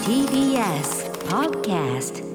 TBS Podcast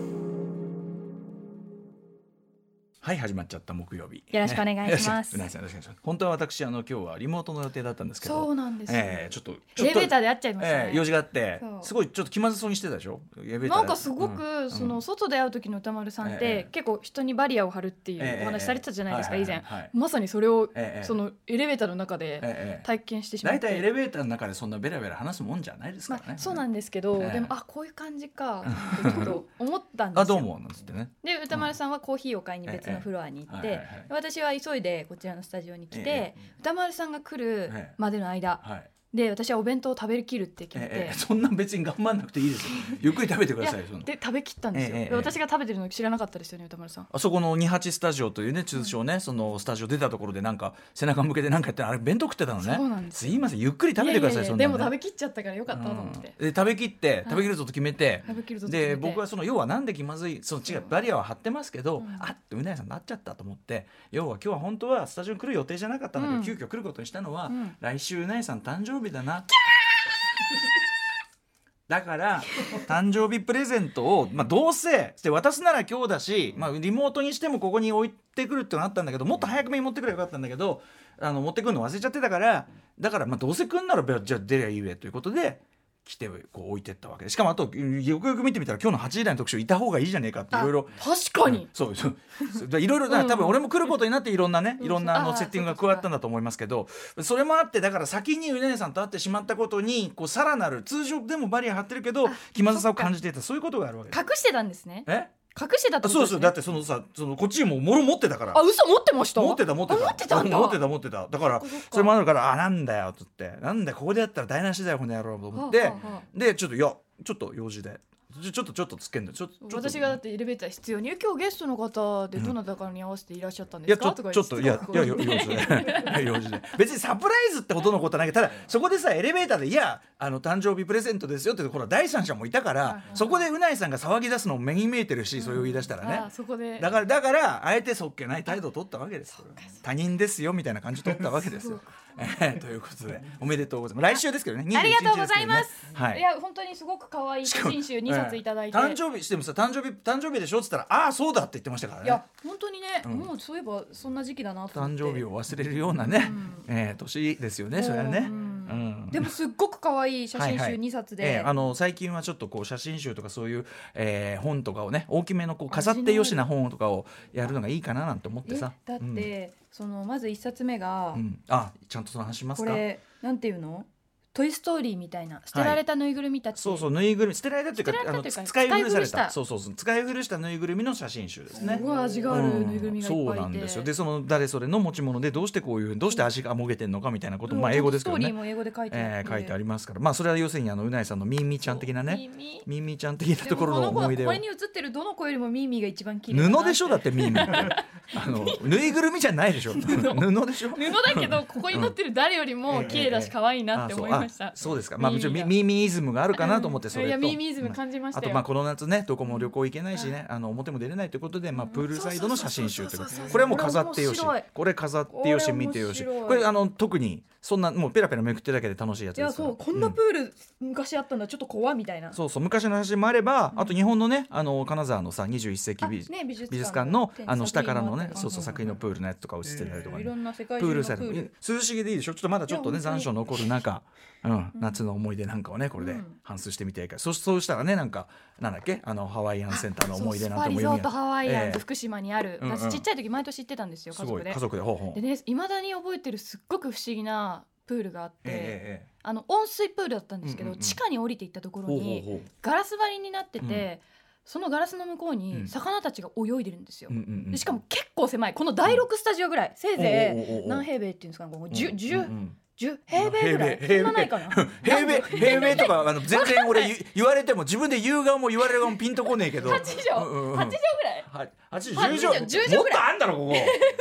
はい始まっちゃった木曜日よろしくお願いしますね よろしくよろしくお願いします本当は私あの今日はリモートの予定だったんですけどそうなんですよええちょっとちょエっとレベーターで会っちゃいましたねええ用事があってそうすごいちょっと気まずそうにしてたでしょエレベーターなでんかすごく、うんその外で会う時の歌丸さんって、ええ結構人にバリアを張るっていえうえお話されてたじゃないですか、ええ以前、はいはいはいまさにそれを、ええそのエレベーターの中でええええ体験してしまっ大て、体エレベーターの中でそんなベラベラ話すもんじゃないですからね、まあ、そうなんですけど、ええでもあこういう感じかってちょっと思ったんですよあどうもなんつってねで歌丸さんはコーヒーを買いに別のフロアに行って、ええはいはいはいで私は急いでこちらのスタジオに来て、ええ歌丸さんが来るええまでの間、はいで私はお弁当を食べきるって決めて、ええええそんな別に頑張んなくていいですよゆっくり食べてくいだやさいそので食べきったんですよ、ええええで私が食べてるの知らなかったですよね歌丸さんあそこの28スタジオというね通称ね、そのスタジオ出たところでなんか背中向けてなんかやってあれ弁当食ってたのねそうなんですすいませんゆっくり食べてくださいやややそんなでのねも食べきっちゃったからよかったなと思って、うんで食べきって食べきるぞと決めて、食べきるぞと決めでて僕はその要はなんで気まずいその違うバリアは張ってますけど、うんあっとうなやさんなっちゃったと思って要は今日は本当はスタジオに来る予定じゃなかったんだけど、うん急遽来ることにしたのは、うん来週うなやさん誕生日だな。だから誕生日プレゼントを、まあ、どうせして渡すなら今日だし、まあ、リモートにしてもここに置いてくるってのあったんだけどもっと早くめに持ってくればよかったんだけどあの持ってくるの忘れちゃってたからだからまあどうせ来んならべじゃあ出りゃいいべということで来てこう置いてったわけでしかもあとよくよく見てみたら今日の8時台の特集いた方がいいじゃねえかっていあろいろ。確かに、そうそう そうだいろいろだから多分俺も来ることになっていろんなねうんいろんなああのーセッティングが加わったんだと思いますけどそれもあってだから先にうねねさんと会ってしまったことにこうさらなる通常でもバリア張ってるけど気まずさを感じていたそういうことがあるわけです隠してたんですねえ隠してたってあことそうでそす、うね、だってそのさそのこっちももろ持ってたからあ嘘持ってました持ってた持ってたあ持ってたんだ持ってた持ってただからそっかそっかそれもあるからあなんだよっつってなんだここでやったら台無しだよこの野郎と思って、はあはあでちょっといやちょっと用事でちょちょっとちょっとつけんのちょちょっと私がだってエレベーター必要にえ今日ゲストの方でどなたかに合わせていらっしゃったんいでやすちょかっととかちょっといや いやいや用言事ってでいや用事で別にサプライズってほどのことはないけどただそこでさエレベーターでいやあの誕生日プレゼントですよってほら第三者もいたから、いはいそこでうないさんが騒ぎ出すのも目に見えてるし、それを言い出したらねあそこでだからだからあえてそっけない態度を取ったわけですよ他人ですよみたいな感じを取ったわけですよ。ええ ということでおめでとうございます来週ですけどねありがとうございます21日ですけどねはいいや本当にすごく可愛い写真集2冊いただいて、ええ誕生日してもさ誕生日誕生日でしょっつったらああそうだって言ってましたからねいや本当にね、んもうそういえばそんな時期だなと思っ誕て生日を忘れるようなね、えー年ですよね、それはね。ううんでもすっごく可愛い写真はい集はい2冊で、えーあの最近はちょっとこう写真集とかそういう、えー本とかをね大きめのこう飾ってよしな本とかをやるのがいいかななんて思ってえさだって、うんそのまず1冊目が、うんあちゃんとその話しますこかれなんていうの「トイ・ストーリー」みたいな捨てられたぬいぐるみたち、そうそうぬいぐるみ捨てられたというか捨てあられたのというか使い古され使い古したたそうそうそう使い古したぬいぐるみの写真集ですねすごい味があるぬいぐるみがいうっぱいいて、んそうなんですよでその誰それの持ち物でどうしてこういうどうして足がもげてんのかみたいなことも、まあ英語ですけどストーリーね、も英語で書いてあえってー書いてありますからまあそれは要するにあのうないさんのミーミーちゃん的なねミーミーミーミーちゃん的なところのでも思い出こをの子これに写ってるどの子よりもミーミーが一番綺麗だな布でしょだって ミーミーってあのぬいぐるみじゃないでしょ布でしょ布だけどここに載ってる誰よりも綺麗だし可愛いなって思いましあた、そうあそうですかまあもちろんミミーーミミーがーイズムがあるかなと思ってそれといやミーミーイズム感じましたよあとまあこの夏ねどこも旅行行けないしねあの表も出れないということでまあプールサイドの写真集というそうかそうそうそうこれはもう飾ってよしこれ面白いこれ飾ってよしこれ面白い見てよしこれあの特にそんなもうペラペラめくってるだけで楽しいやついでやすからそうこんなプール昔あったんだちょっと怖みたいな、そうそう昔の写真もあれば、あと日本のねあの金沢のさ21世紀美術,、あね美術館館のの展示あの下からの作品もあっねてそうそううん作品のプールのやつとか映ってたりとかいね、ろんな世界プー中のルプサイドール涼しげでいいでしょちょっとまだちょっとねいや本残当に暑残る中、うん夏の思い出なんかをねこれでうん反芻してみていいから、そそうしたらねなんかなんだっけあのハワイアンセンターの思い出なんそうてもスパリよゾみートハワイアンズえ福島にある、うんうん私ちっちゃい時毎年行ってたんですえよす家ご族いで家族でほうほうでねいまだに覚えてるすっごく不思議なプールがあって、ええあの温水プールだったんですけど、うんうんうん地下に降りていったところほうにほうほうガラス張りになってて、うんそのガラスの向こううんに魚たちが泳いでるんですよ、うんうんうんでしかも結構狭いこの第6スタジオぐらい、せいおうぜおうおうい何平米っていうんですかねここ 10, 10, うんうん10平米ぐらい平米そんなないかな 平米平米 とかあの全然俺言言われても自分で言う側も言われる側もピンとこねえけど8畳、8畳ぐらいはい、八十八十畳畳十畳もっぐとらあんだろここ。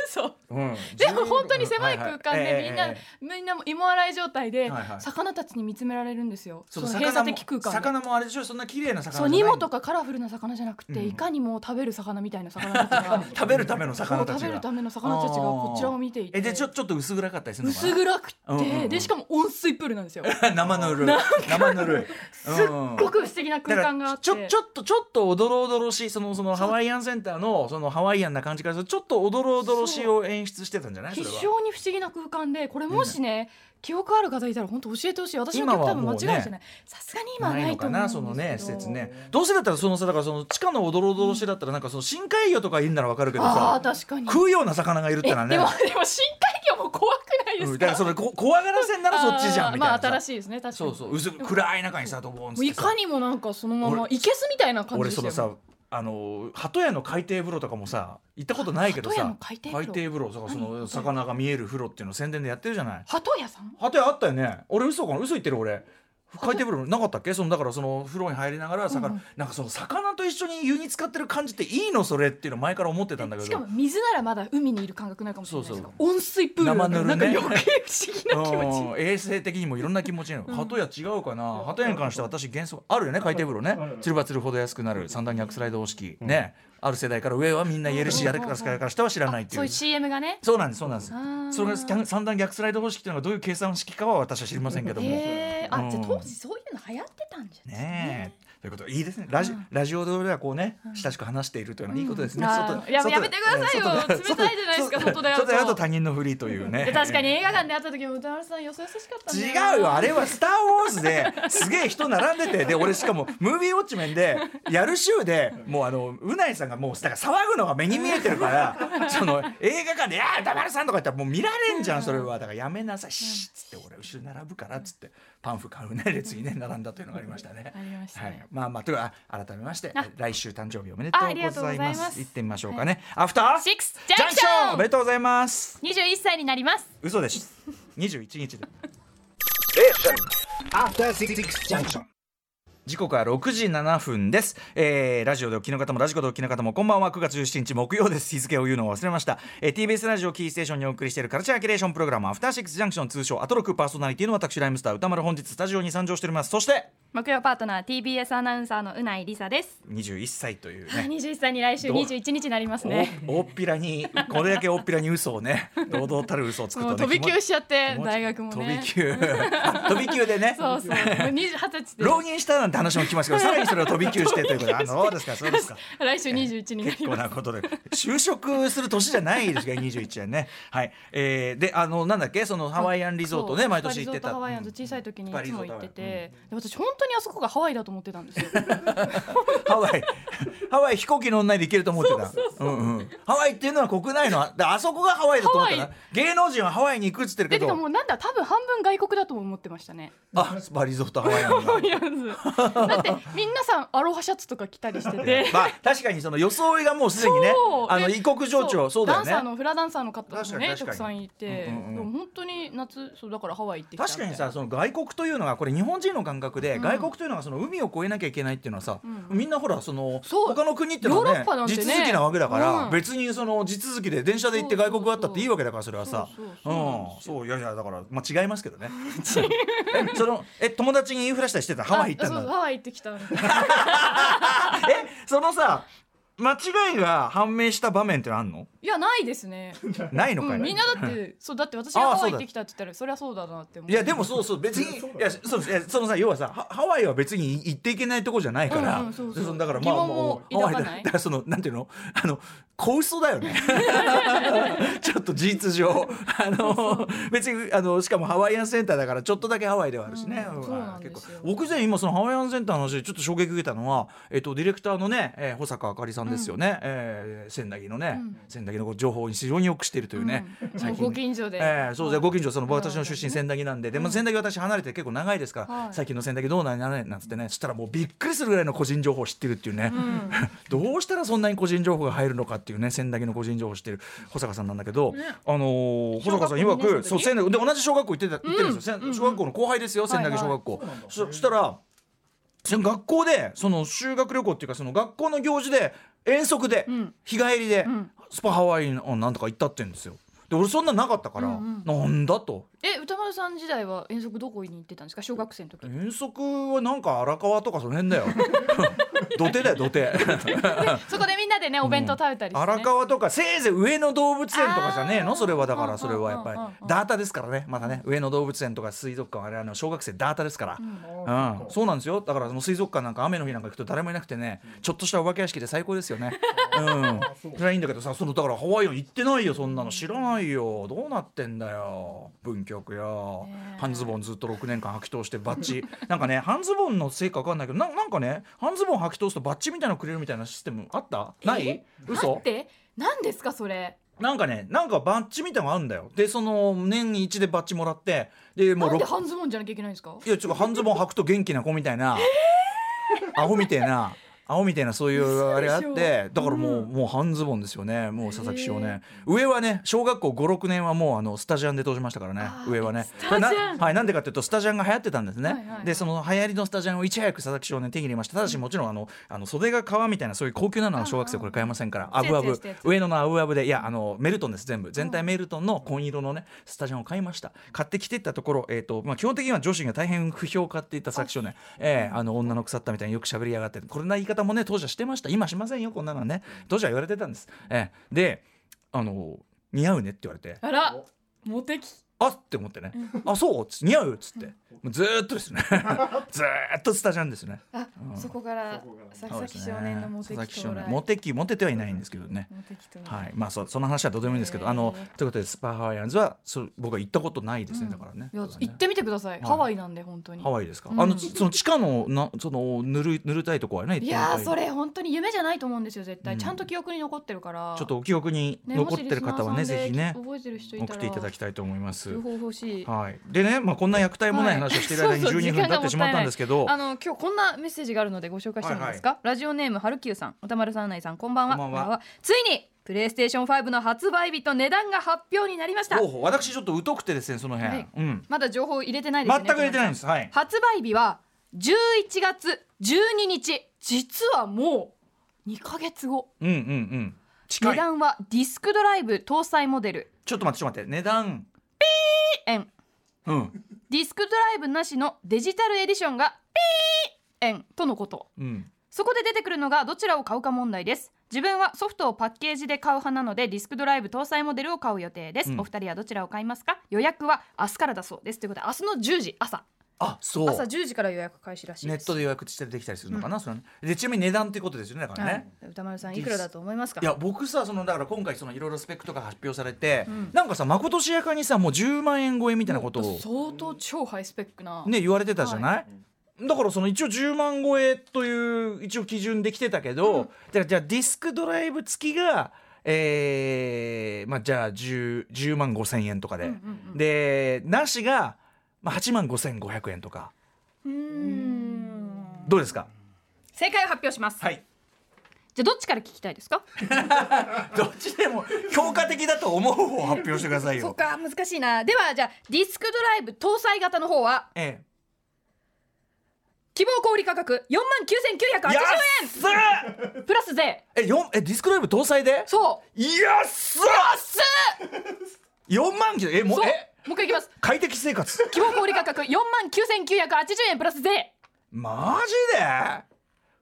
そううん、でも本当に狭い空間はいはいでみんな、ええええみんなも芋洗い状態ではいはい魚たちに見つめられるんですよ。その魚閉鎖も的空間で。魚もあれでしょそんな綺麗な魚そうじゃニないモとかカラフルな魚じゃなくて、うんいかにも食べる魚みた いな魚たちが食べるための魚そたうち食べるがための魚たちがこちらを見ていてえでちょちょっと薄暗かったりするのかな薄暗くて、うんうんうてんでしかも温水プールなんですよ生ぬるい生ぬるいすっごく不思議な空間があってちょちょっとちょっとおどろおどろしいそのそのハワイアンセンターのそのハワイアンな感じからするとちょっとおどろおどろしいを演出してたんじゃないそ非れは常に不思議な空間でこれもしね、記憶ある方いたら本当教えてほしい私の記憶今は多もう分間違ねいじゃないさすがに今はないのとか思うんなですけそどのね施設ねどうせだったらそのさだからその地下のおどろおどろしいだったらなんかその深海魚とかいるならわかるけどああさ確かに食うような魚がいるってのはえねでも でも深海魚も怖くないでうんすだかからそれこ怖がらせんならそっちじゃんみたいあなーまあ新さしいですね確かそにうそううず暗い中にさドボンっつっていさかにもなんかそのまま俺いけすみたいな感じ俺でしそたのよさあの鳩屋の海底風呂とかもさ行ったことないけど鳩屋さの海底海風底呂風呂とかその何魚が見える風呂っていうのを宣伝でやってるじゃない鳩屋さん鳩屋あったよね俺嘘かな嘘言ってる俺海底風呂なかったっけそのだからその風呂に入りながら魚、うんうんなんかその魚と一緒に湯に浸かってる感じっていいのそれっていうの前から思ってたんだけどしかも水ならまだ海にいる感覚になるかもしれないですけどそう温水プールだから生ぬなるんかね余計不 思議な気持ちうん衛生的にもいろんな気持ちになるうん鳩屋違うかな鳩屋に関しては私幻想あるよね海底風呂ね釣れば釣るほど安くなる三段逆スライド方式ねある世代から上はみんな言えるしうんやるからから下は知らないっていそういうう CM がねそうなんですそうなんですあーそれが三三段逆スライド方式というのがどういう計算式かは私は知りませんけどもへえあじゃあうん当時そういうの流行ってたんじゃないねえ。ということいいですね。ラジ、うんラジオ上ではこうねうん親しく話しているというのはうんいいことですね。あー外でいや外でやめてくださいよ外で冷たいじゃないです外か外でやると外でやると他人のふりというねで。確かに。映画館で会った時も歌丸さんよそよそしかったんだな違うよあれは「スター・ウォーズで」すげえ人並んでてで俺しかもムービーウォッチメンでやる週でもうあのうないさんがもうだから騒ぐのが目に見えてるからその映画館で「いやー歌丸さん」とか言ったらもう見られんじゃんそれはだからやめなさい「シーッ」つって俺後ろ並ぶからっつってパンフ買うねで次ね並んだというのがありましたねあ。りましたはねい、まあまあというかあ改めましてあ来週誕生日おめでとうございますあありがとうございます行ってみましょうかね、アフターシックスジジャャンクンクシションおめョンでとうございます21歳になります嘘です21日で After Six Junction. 時刻は6時7分です、えーラジオでお聞きの方もラジコでお聞きの方もこんばんは9月17日木曜です日付を言うのを忘れました、えー TBS ラジオキーステーションにお送りしているカルチャーキュレーションプログラムアフターシックスジャンクション通称アトロクパーソナリティの私ライムスター歌丸本日スタジオに参上しておりますそして木曜パートナー TBS アナウンサーのうないりさです21歳というねはい21歳に来週どう21日になりますねお大っぴらにこれだけ大っぴらに嘘をね堂々たる嘘をつくと、ね、もう飛び級しちゃって気持ち大学も飛ねび級 あ飛び級でねそうそうもう20 20歳で浪人したなんて話も聞きますけどさらにそれを飛び級してという ことであそうですかそうですか来週21にな結構りまなすことで就職する年じゃないですが21はねはい、えー、であのなんだっけそのハワイアンリゾートねそう毎年行ってたパリゾートハワイアンズ小さい時にうんいつも行ってて、で私本当にあそこがハワイだと思ってた んですよハワイ ハワイ飛行機乗んないで行けると思ってたうんうんハワイっていうのは国内のあであそこがハワイだと思ったハなワ芸能人はハワイに行くっつってるけでてどかもうなんだ多分半分外国だとも思ってましたねあバリゾー トハワイアンだとりあえずだってみんなさんアロハシャツとか着たりしててまあ確かにその装いがもうすでにねそうあので異国情緒そうだよダンサねーのフラダンサーの方もね確かに確かにたくさんいて、うんうんうんでも本当に夏そうだからハワイ行ってきた確かにさみその外国というのがこれ日本人の感覚で、うん外国というのがその海を越えなきゃいけないっていうのはさ、うんみんなほらそのそう他の国ってのはヨーロねッパなんて地ね続きなわけだから、うん別にその地続きで電車で行ってそう外そうそう国があったっていいわけだからそれはさそうそううそうんそういやいやだからまあ違いますけどねえそのえ友達に言いふらしたりしてたたいなハワイ行ったんあそうだハワイ行ってきたみたいなえそのさ間違いが判明した場面ってのあんのいやないですね、ないのかうい、ん、みんなだってそうだって私ああがハそワうイだ行ってきたって言ったらそりゃそうだなって思ういやでもそうそう別にいやそうですいやそのさ要はさハハワイは別に行っていけないとこじゃないから、うんうんそうそうのだからまあ疑問ももうハワイだ抱かないだから そのなんていうのあの小嘘だよね ちょっと事実上あの別にあのしかもハワイアンセンターだからちょっとだけハワイではあるしね、うんそうなんですよ結構僕前今そのハワイアンセンターの話でちょっと衝撃受けたのはえっとディレクターのね、えー、保坂あかりさんですよね、えー千駄木のね、うん千駄木の情報を非常によくしているというね、うん最近もうご近所でえーそうですねご近所そのはい私の出身千駄木なんででも千駄木私離れて結構長いですから、はい最近の千駄木どうなんやねんなんつってねそしたらもうびっくりするぐらいの個人情報を知ってるっていうね、どうしたらそんなに個人情報が入るのかっていうね千駄木の個人情報を知ってる保坂さんなんだけど、ねあのー保坂さん曰小学校二年生くそう千駄の時木で同じ小学校行ってた行ってるんですよ、うんうんうん小学校の後輩ですよ千駄木小学校。そしたらその学校でその修学旅行っていうかその学校の行事で遠足で、うん日帰りで、うんスパハワイのなんとか行ったってんですよで俺そんなんなかったから、うんなうんんだとえ歌丸さん時代は遠足どこに行ってたんですか小学生の時遠足はなんか荒川とかその辺だよ 土手だよ土手そこでみんなでねお弁当食べたりして、ね荒川とかせいぜい上野動物園とかじゃねえあのーそれはだかうんらそれはやっぱりうんうんうんダータですからねまたね上野動物園とか水族館あれあの小学生ダータですから、うんそうなんですよだからもう水族館なんか雨の日なんか行くと誰もいなくてねちょっとしたお化け屋敷で最高ですよねうんそれはいいんだけどさそのだからハワイアン行ってないよそんなの知らないよどうなってんだよ文局よねえ半ズボンずっと6年間履き通してバッチ なんかね半ズボンのせいか分かんないけどななんかね半ズボン履き通すとバッチみたいなのくれるみたいなシステムあったない待嘘って何ですかそれなんかねなんかバッチみたいなのあるんだよでその年に一でバッチもらってでもうなんでろく半ズボンじゃなきゃいけないんですかいやちょっと半ズボン履くと元気な子みたいな、アホみたいなアホみたいなそういうあれがあっ嘘でてしだょからもう、うんもう半ズボンですよねもう佐々木翔ね上はね小学校56年はもうあのスタジアンで通しましたからねあー上はねスタジャこンれなはいなんでかっていうとスタジャンが流行ってたんですね、はいはいでその流行りのスタジャンをいち早く佐々木翔ね手に入れましたただしもちろんあのあの袖が革みたいなそういう高級なのは小学生これ買えませんからあーアブアツヤブツヤしたやつ上野のアブアブでいやあのメルトンです全部全体メルトンの紺色のねスタジャンを買いました買ってきてったところ、えーとまあ、基本的には女子が大変不評を買っていた作詞をね、ええあの女の腐ったみたいによく喋りやがってこれな言い方もね当時はしてました今しませんよこんなのはね当時は言われてたんです、ええであの似合うねって言われてあらモテキあっって思ってね「あそう?」っつって「似合う?」っつってもうずーっと ですねずーっとスタジャンですねあ、うんそこからそこから佐そう々です木ね少年のモテ佐々木キ少到年来モテ期モテてはいないんですけどねモテキ到来はい、まあそその話はどうでもいいんですけど、えーあのということでスパハワイアンズはそう僕は行ったことないですね、うんだからねいやそうだね行ってみてくださいいハワイなんで本当にハワイですか、うんあのその地下のなそのぬるいぬるたいとこはね行っていみやたーそれ本当に夢じゃないと思うんですよ絶対、うんちゃんと記憶に残ってるからちょっとお記憶にね残ってる方はねもぜしリスナーさんでひね覚えてる人いた送らっていただきたいと思います情報欲しいはいでねまあこんな役体もない話をしている間にはいそうそう12分経ってしまったんですけど、あの今日こんなメッセージがあるのでご紹介してもいいですか、ラジオネームはるきゅうさん歌丸さん内さんこんばんはこんばんはついにプレイステーション5の発売日と値段が発表になりましたほうほう私ちょっと疎くてですねその辺、はいうんまだ情報入れてないです全ねく入れてないんですはい発売日は11月12日実はもう2ヶ月後うんうんうん近値い段はディスクドライブ搭載モデルちょっと待ってちょっと待って値段円うんディスクドライブなしのデジタルエディションがピー円とのことうんそこで出てくるのがどちらを買うか問題です自分はソフトをパッケージで買う派なのでディスクドライブ搭載モデルを買う予定です、うんお二人はどちらを買いますか予約は明日からだそうですということで明日の10時朝あそう朝10時から予約開始らしいネでッすトで予約してできたりするのかな、それはねでちなみに値段ってことですよねだからね、はい、歌丸さんいくらだと思いますかいや僕さそのだから今回そのいろいろスペックとか発表されて、うんなんかさまことしやかにさもう10万円超えみたいなことを相当超ハイスペックな、ね言われてたじゃない、だからその一応10万超えという一応基準できてたけど、じゃあじゃあディスクドライブ付きがえー、まあじゃあ 10, 10万5千円とかで、うんうんうんでなしが、まあ、8万5千5百円とかうーんどうですか正解を発表します、はいじゃあどっちから聞きたいですか どっちでも評価的だと思う方を発表してくださいそっよ。か難しいなではじゃあディスクドライブ搭載型の方はええ希望小売価格4万9980安っ円プラス税えよんえディスクライブ搭載でそう安っすー4万キロえもうそうえもう一回 いきます快適生活希望小売価格4万9980円プラス税マジで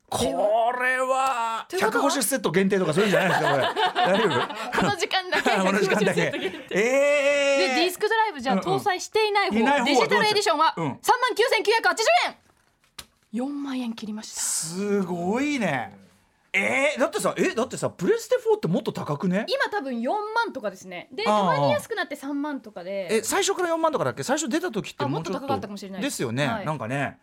これはということは150セット限定とかそういうんじゃないですかこれ大丈この時間だけ夫 この時間だけ150でえディスクドライブじゃうんうん搭載していない方,、いない方はデジタルエディションは3うん万9980円、4万円切りましたすごいねえー、だってさえだってさプレステ4ってもっと高くね今多分4万とかですねであたあまに安くなって3万とかでえ最初から4万とかだっけ最初出た時ってあももうっちとょっと高かったかもしれないですよね、はいなんかね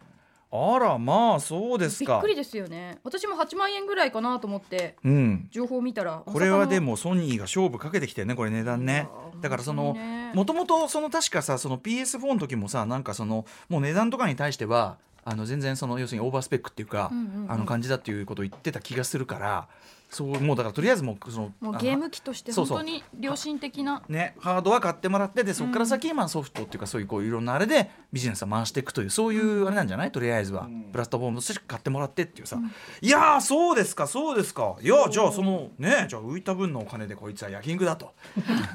あらまあそうですびかっくりですよね私も8万円ぐらいかなと思ってうん情報見たらこれはでももソニーが勝負かけてきてねこれ値段ねいやーだからそ本の当にねもともとその確かさその PS4 の時もさなんかそのもう値段とかに対してはあの全然その要するにオーバースペックっていうか、うんうんうんあの感じだっていうことを言ってた気がするからそうもうだからとりあえずもうそのもうあのゲーム機としてそう本そう当に良心的なね、ハードは買ってもらってでそこから先、まあ、ソフトっていうかそういうこういろんなあれでビジネスを回していくというそういうあれなんじゃないとりあえずは、んプラットフォームとして買ってもらってっていうさ、いやーそうですかそうですかいやーじゃあそのねじゃあ浮いた分のお金でこいつは焼き肉だと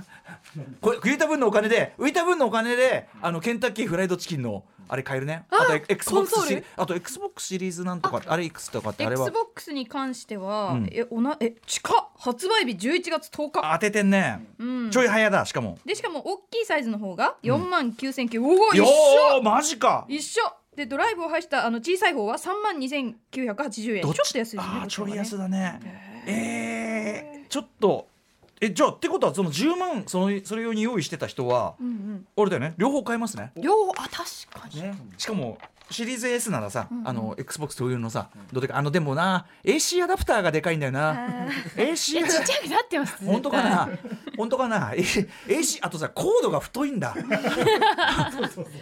これ浮いた分のお金で浮いた分のお金であのケンタッキーフライドチキンのあれ買えるねあとコン XBOX ソールシリあと XBOX シリーズなんとかあれいくつとかってあれは XBOX に関しては、うんえおなえ近っ発売日11月10日、当ててんねうん、ちょい早だしかもでしかも大きいサイズの方が4万9000件、おお一よ緒ーマジか一緒でドライブを配したあの小さい方は3万2980円ちょっと安いですねあーこちちらょはねい安だねえーちょっとえじゃあってことはその10万そのそれ用に用意してた人はうんうんあれだよね両方買えますね両方あ確かに、ね、しかもシリーズ S ならさ、うんうんあの XBOX というのさ、どうでかあのでもな AC アダプターがでかいんだよな、あー AC アダプターちゃくなってます本当かな本当かなえ AC あとさコードが太いん だ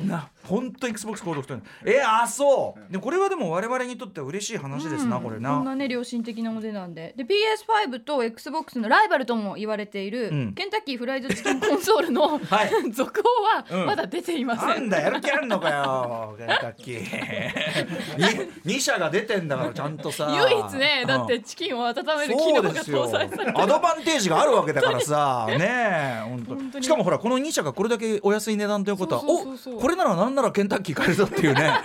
な本当 XBOX コード太いのえあそうでもこれはでも我々にとっては嬉しい話ですな、うんこれこんななね良心的なお値段でで PS5 と XBOX のライバルとも言われている、うんケンタッキーフライドチキンコンソールの、はい 続報うはんまだ出ていません、なんだやる気あんのか よケンタッキー 2, 社が出てんだからちゃんとさ唯一ねだっうてんチキンを温める機そ能うがですよ搭載されてアドバンテージがあるわけだから さねえ本当本当にしかもほらこの2社がこれだけお安い値段ということはそうそうそうそうおこれならなんならケンタッキー買えるぞっていうね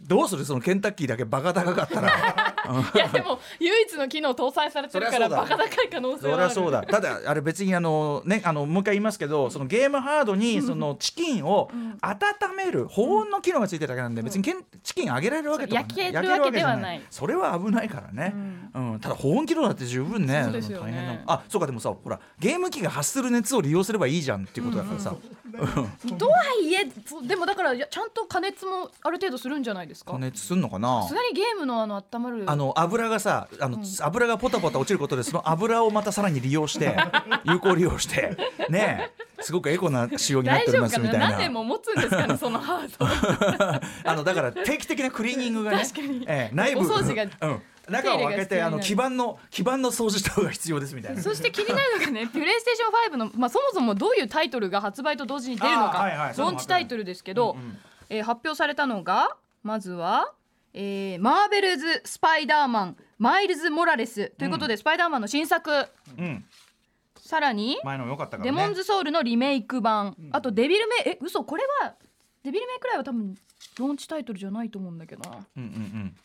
どうするそのケンタッキーだけバカ高かったらいやでも唯一の機能搭載されてるかそりらゃそうだバカ高い可 能性そはりあゃるそうだただあれ別にあのねあのもう一回言いますけどそのゲームハードにそのチキンを 温める保温の機能がついてるだけなんで別にケンチキンあげられるわけとかねそう焼けるわけではな焼けるわいけじゃそれは危ないからねうんただ保温機能だって十分ねそうですよね大変なあそうかでもさほらゲーム機が発する熱を利用すればいいじゃんっていうことだからさとはいえそうでもだからいやちゃんと加熱もある程度するんじゃないですか加さ熱すんのかなすがにゲームのあの温まるあの油がさあの、油がポタポタ落ちることでその油をまたさらに利用して 有効利用してねえすごくエコな仕様になっ大ており丈夫まかすみなたいな何年も持つんですかねそのハードあのだから定期的なクリーニングがね確かにええ内部お掃除がうん、中を開けて手入れが必要になるあの基板の基板の掃除とかが必要ですみたいな。そして気になるのがねプレイステーション5の、まあ、そもそもどういうタイトルが発売と同時に出るのあか、ーはいはいそれロもーンチタイトルですけど、えー発表されたのがまずは、えーマーベルズ・スパイダーマンマイルズ・モラレス」ということで、スパイダーマンの新作うん、さらに、前のも良かったからデね。モンズ・ソウルのリメイク版、あとデビルメイえ嘘これはデビルメイクらいは多分ローンチタイトルじゃないと思うんだけどなうんうんうん。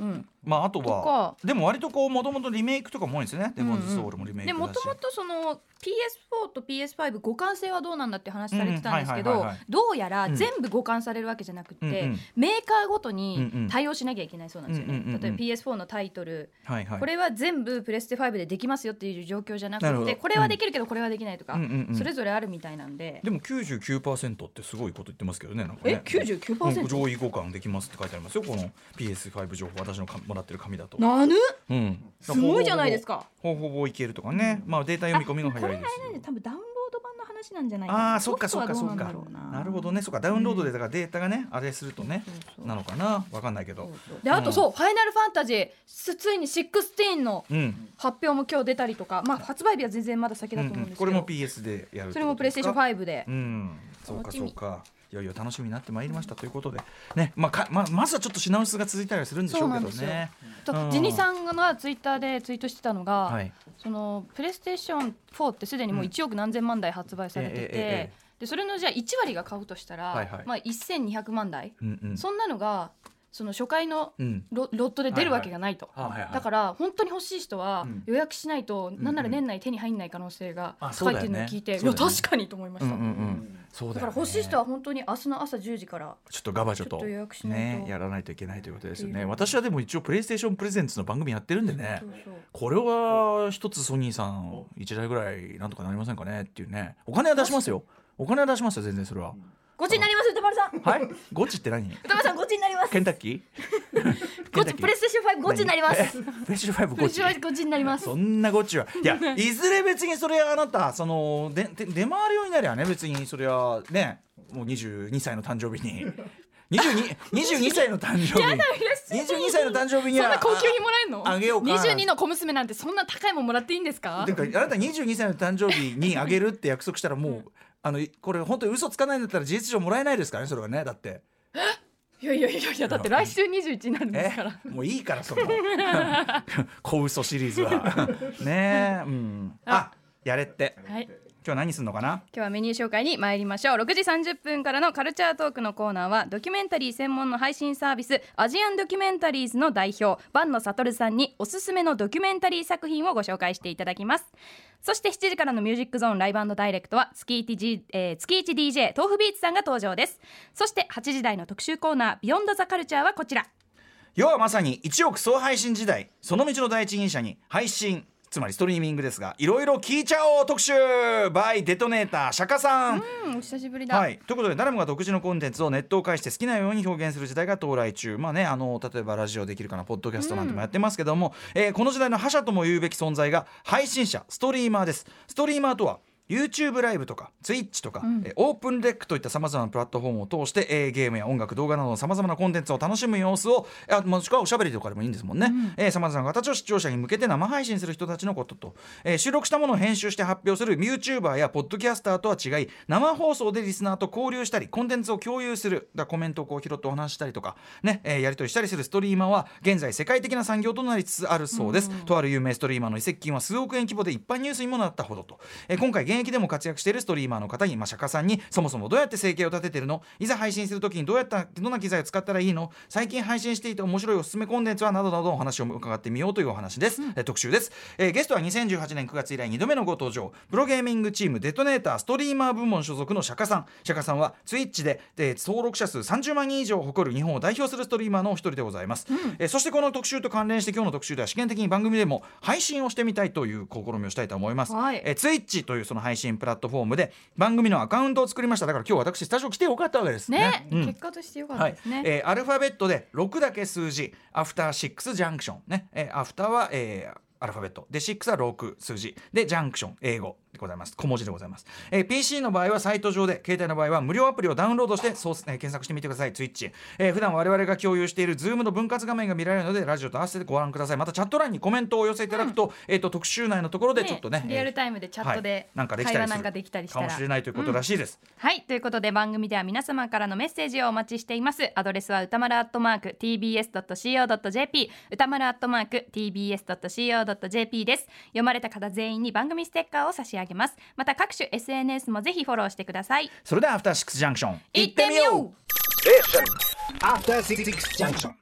うんまああととはかでも割とこうもともとリメイクとかも多いんですよね。デモンズソウルもリメイクでだし。もともとその PS4 と PS5 互換性はどうなんだって話されてたんですけうんうんどはいはいはいはいどうやらうん全部互換されるわけじゃなくて、うんうんメーカーごとにうんうん対応しなきゃいけないそうなんですよね、うんうんうんうん例えば PS4 のタイトル、はいはい。これは全部プレステ5でできますよっていう状況じゃななるくほてどこれはできるけどこれはできないとか、うんうんうんそれぞれあるみたいなんで、でも99%ってすごいこと言ってますけどね。なんかねえうん99%、上位互換できますって書いてありますよ。この PS5 情報私のかもらってる紙だと。なぬうん。すごいじゃないですか。ほぼほぼ。ほぼほぼいけるとかね。まあデータ読み込みのこ早れあいれですなんでよ。多分ダウンロード版の話なんじゃないかなああそっかそっかそっソフトかはどうなんだろうなるほどねそっかダウンロードでだからデータがねあれするとねなのかなわかんないけどであとそう「ファイナルファンタジー」すついに16のうん発表も今日出たりとか、まあ、発売日は全然まだ先うだんと思うんうでんすけこど、れも PS でやるそれもプレイステーション5 5でう、んそうかそのうちそにうかいよいよ楽しみになってまいりましたということでねまあかまあまずはちょっと品薄が続いたりはするんでしょうけどそうなんねとうんジニさんがツイッターでツイートしてたのが、はいそのプレイステーション4ってすでにもう1億何千万台発売されてて、えええええでそれのじゃあ1割が買うとしたら、はいはいまあ、1200万台、うんうんそんなのがその初回のうんロロットで出るわけがないと、はいはいはいだから本当に欲しい人はうん予約しないと、んなんなら年内手に入んない可能性があ高いっていそううのをだよね聞いて、いそうやだよね確かにと思いまうしんうた、んうんそうだだよからね欲しい人は本当に明日の朝10時からちょっとガバちょっとちょっと予約しないとねやらないといけないということですよっていねう私はでも一応プレイステーションプレゼンツの番組やってるんでねそうそうこれは一つソニーさん一台ぐらいなんとかなりませんかねっていうねお金は出しますよお金は出しますよ全然それは、ごちになります歌丸さんはいゴチって 何歌丸さんごちになりますケンタッキ ーごちプレステーション5ごちになります何えプレステ5プレゴステチーション5ごちになりますそんなゴチはい やいずれ別にそれはあなたそのでで出回るようになりゃね別にそれはねもう22歳の誕生日に 22, 22歳の誕生日に22歳の誕生日にそんはな高級品もらえるのああげようか22の小娘なんてそんな高いもんもらっていいんですかてかあなた22歳の誕生日にあげるって約束したらもう、あのこれ本当に嘘つかないんだったら事実上もらえないですからねそれはねだ っていやいやいやいやだって来週21になるんでえすからもういいからその 小嘘シリーズはねえうんあやれってはい日は何すんのかな今日はメニュー紹介に参りましょう6時30分からのカルチャートークのコーナーはドキュメンタリー専門の配信サービスアジアンドキュメンタリーズの代表坂野悟さんにおすすめのドキュメンタリー作品をご紹介していただきますそして7時からのミュージックゾーンライブダイレクトは月一 G、えー月一 DJ 豆腐ビーツさんが登場ですそして8時台の特集コーナービヨンドザカルチャーはこちら要はまさに一億総配信時代その道の第一人者に配信つまりストリーミングですがいろいろ聞いちゃおう特集バイデトネーター釈迦さんうんお久しぶりだ、はい、ということで誰もが独自のコンテンツをネットを介して好きなように表現する時代が到来中、まあね、あの例えばラジオできるかなポッドキャストなんてもやってますけども、えーこの時代の覇者とも言うべき存在が配信者ストリーマーです。ストリーマーとは YouTube ライブとか Twitch とか、えーオープンレックといったさまざまなプラットフォームを通して、えーゲームや音楽動画などのさまざまなコンテンツを楽しむ様子をあもしくはおしゃべりとかでもいいんですもんねさまざまな形を視聴者に向けて生配信する人たちのことと、えー収録したものを編集して発表する YouTuber やポッドキャスターとは違い生放送でリスナーと交流したりコンテンツを共有するだからコメントをこう拾ってお話ししたりとか、ねえーやり取りしたりするストリーマーは現在世界的な産業となりつつあるそうです、とある有名ストリーマーの移籍金は数億円規模で一般ニュースにもなったほどと、えー今回現役でも活躍しているストリーマーの方に、まあ、釈迦さんにそもそもどうやって生計を立ててるのいざ配信するときにどうやったどんな機材を使ったらいいの最近配信していて面白いおすすめコンテンツはなどなどお話を伺ってみようというお話です、えー特集です、えーゲストは2018年9月以来2度目のご登場プロゲーミングチームデトネーターストリーマー部門所属の釈迦さん釈迦さんはツイッチで、えー登録者数30万人以上を誇る日本を代表するストリーマーのお一人でございます、えーそしてこの特集と関連して今日の特集では試験的に番組でも配信をしてみたいという試みをしたいと思います、はいえー、ツイッチというその配信プラットフォームで番組のアカウントを作りましただから今日私スタジオ来てよかったわけですねうん結果としてよかっはたいですね、えーアルファベットで6だけ数字アフターシックスジャンクションね、えーアフターは、えーアルファベットで6は6数字でジャンクション英語でございます小文字でございます、えー PC の場合はサイト上で携帯の場合は無料アプリをダウンロードしてそうす、えー検索してみてください Twitch、えー普段我々が共有している Zoom の分割画面が見られるのでラジオと合わせてご覧くださいまたチャット欄にコメントをお寄せいただくと,、えー、と特集内のところでちょっとねねリアルタイムでチャットではいなんかできたり会話すなんるかできたりしたらかもしれないということらしいです、はいということで番組では皆様からのメッセージをお待ちしていますアドレスは歌丸アットマーク tbs.co.jp 歌丸アットマーク tbs.co.jp です読まれた方全員に番組ステッカーを差し上げますまた各種 SNS もぜひフォローしてくださいそれではアフターシックスジャンクション行ってみよう After Six Junction.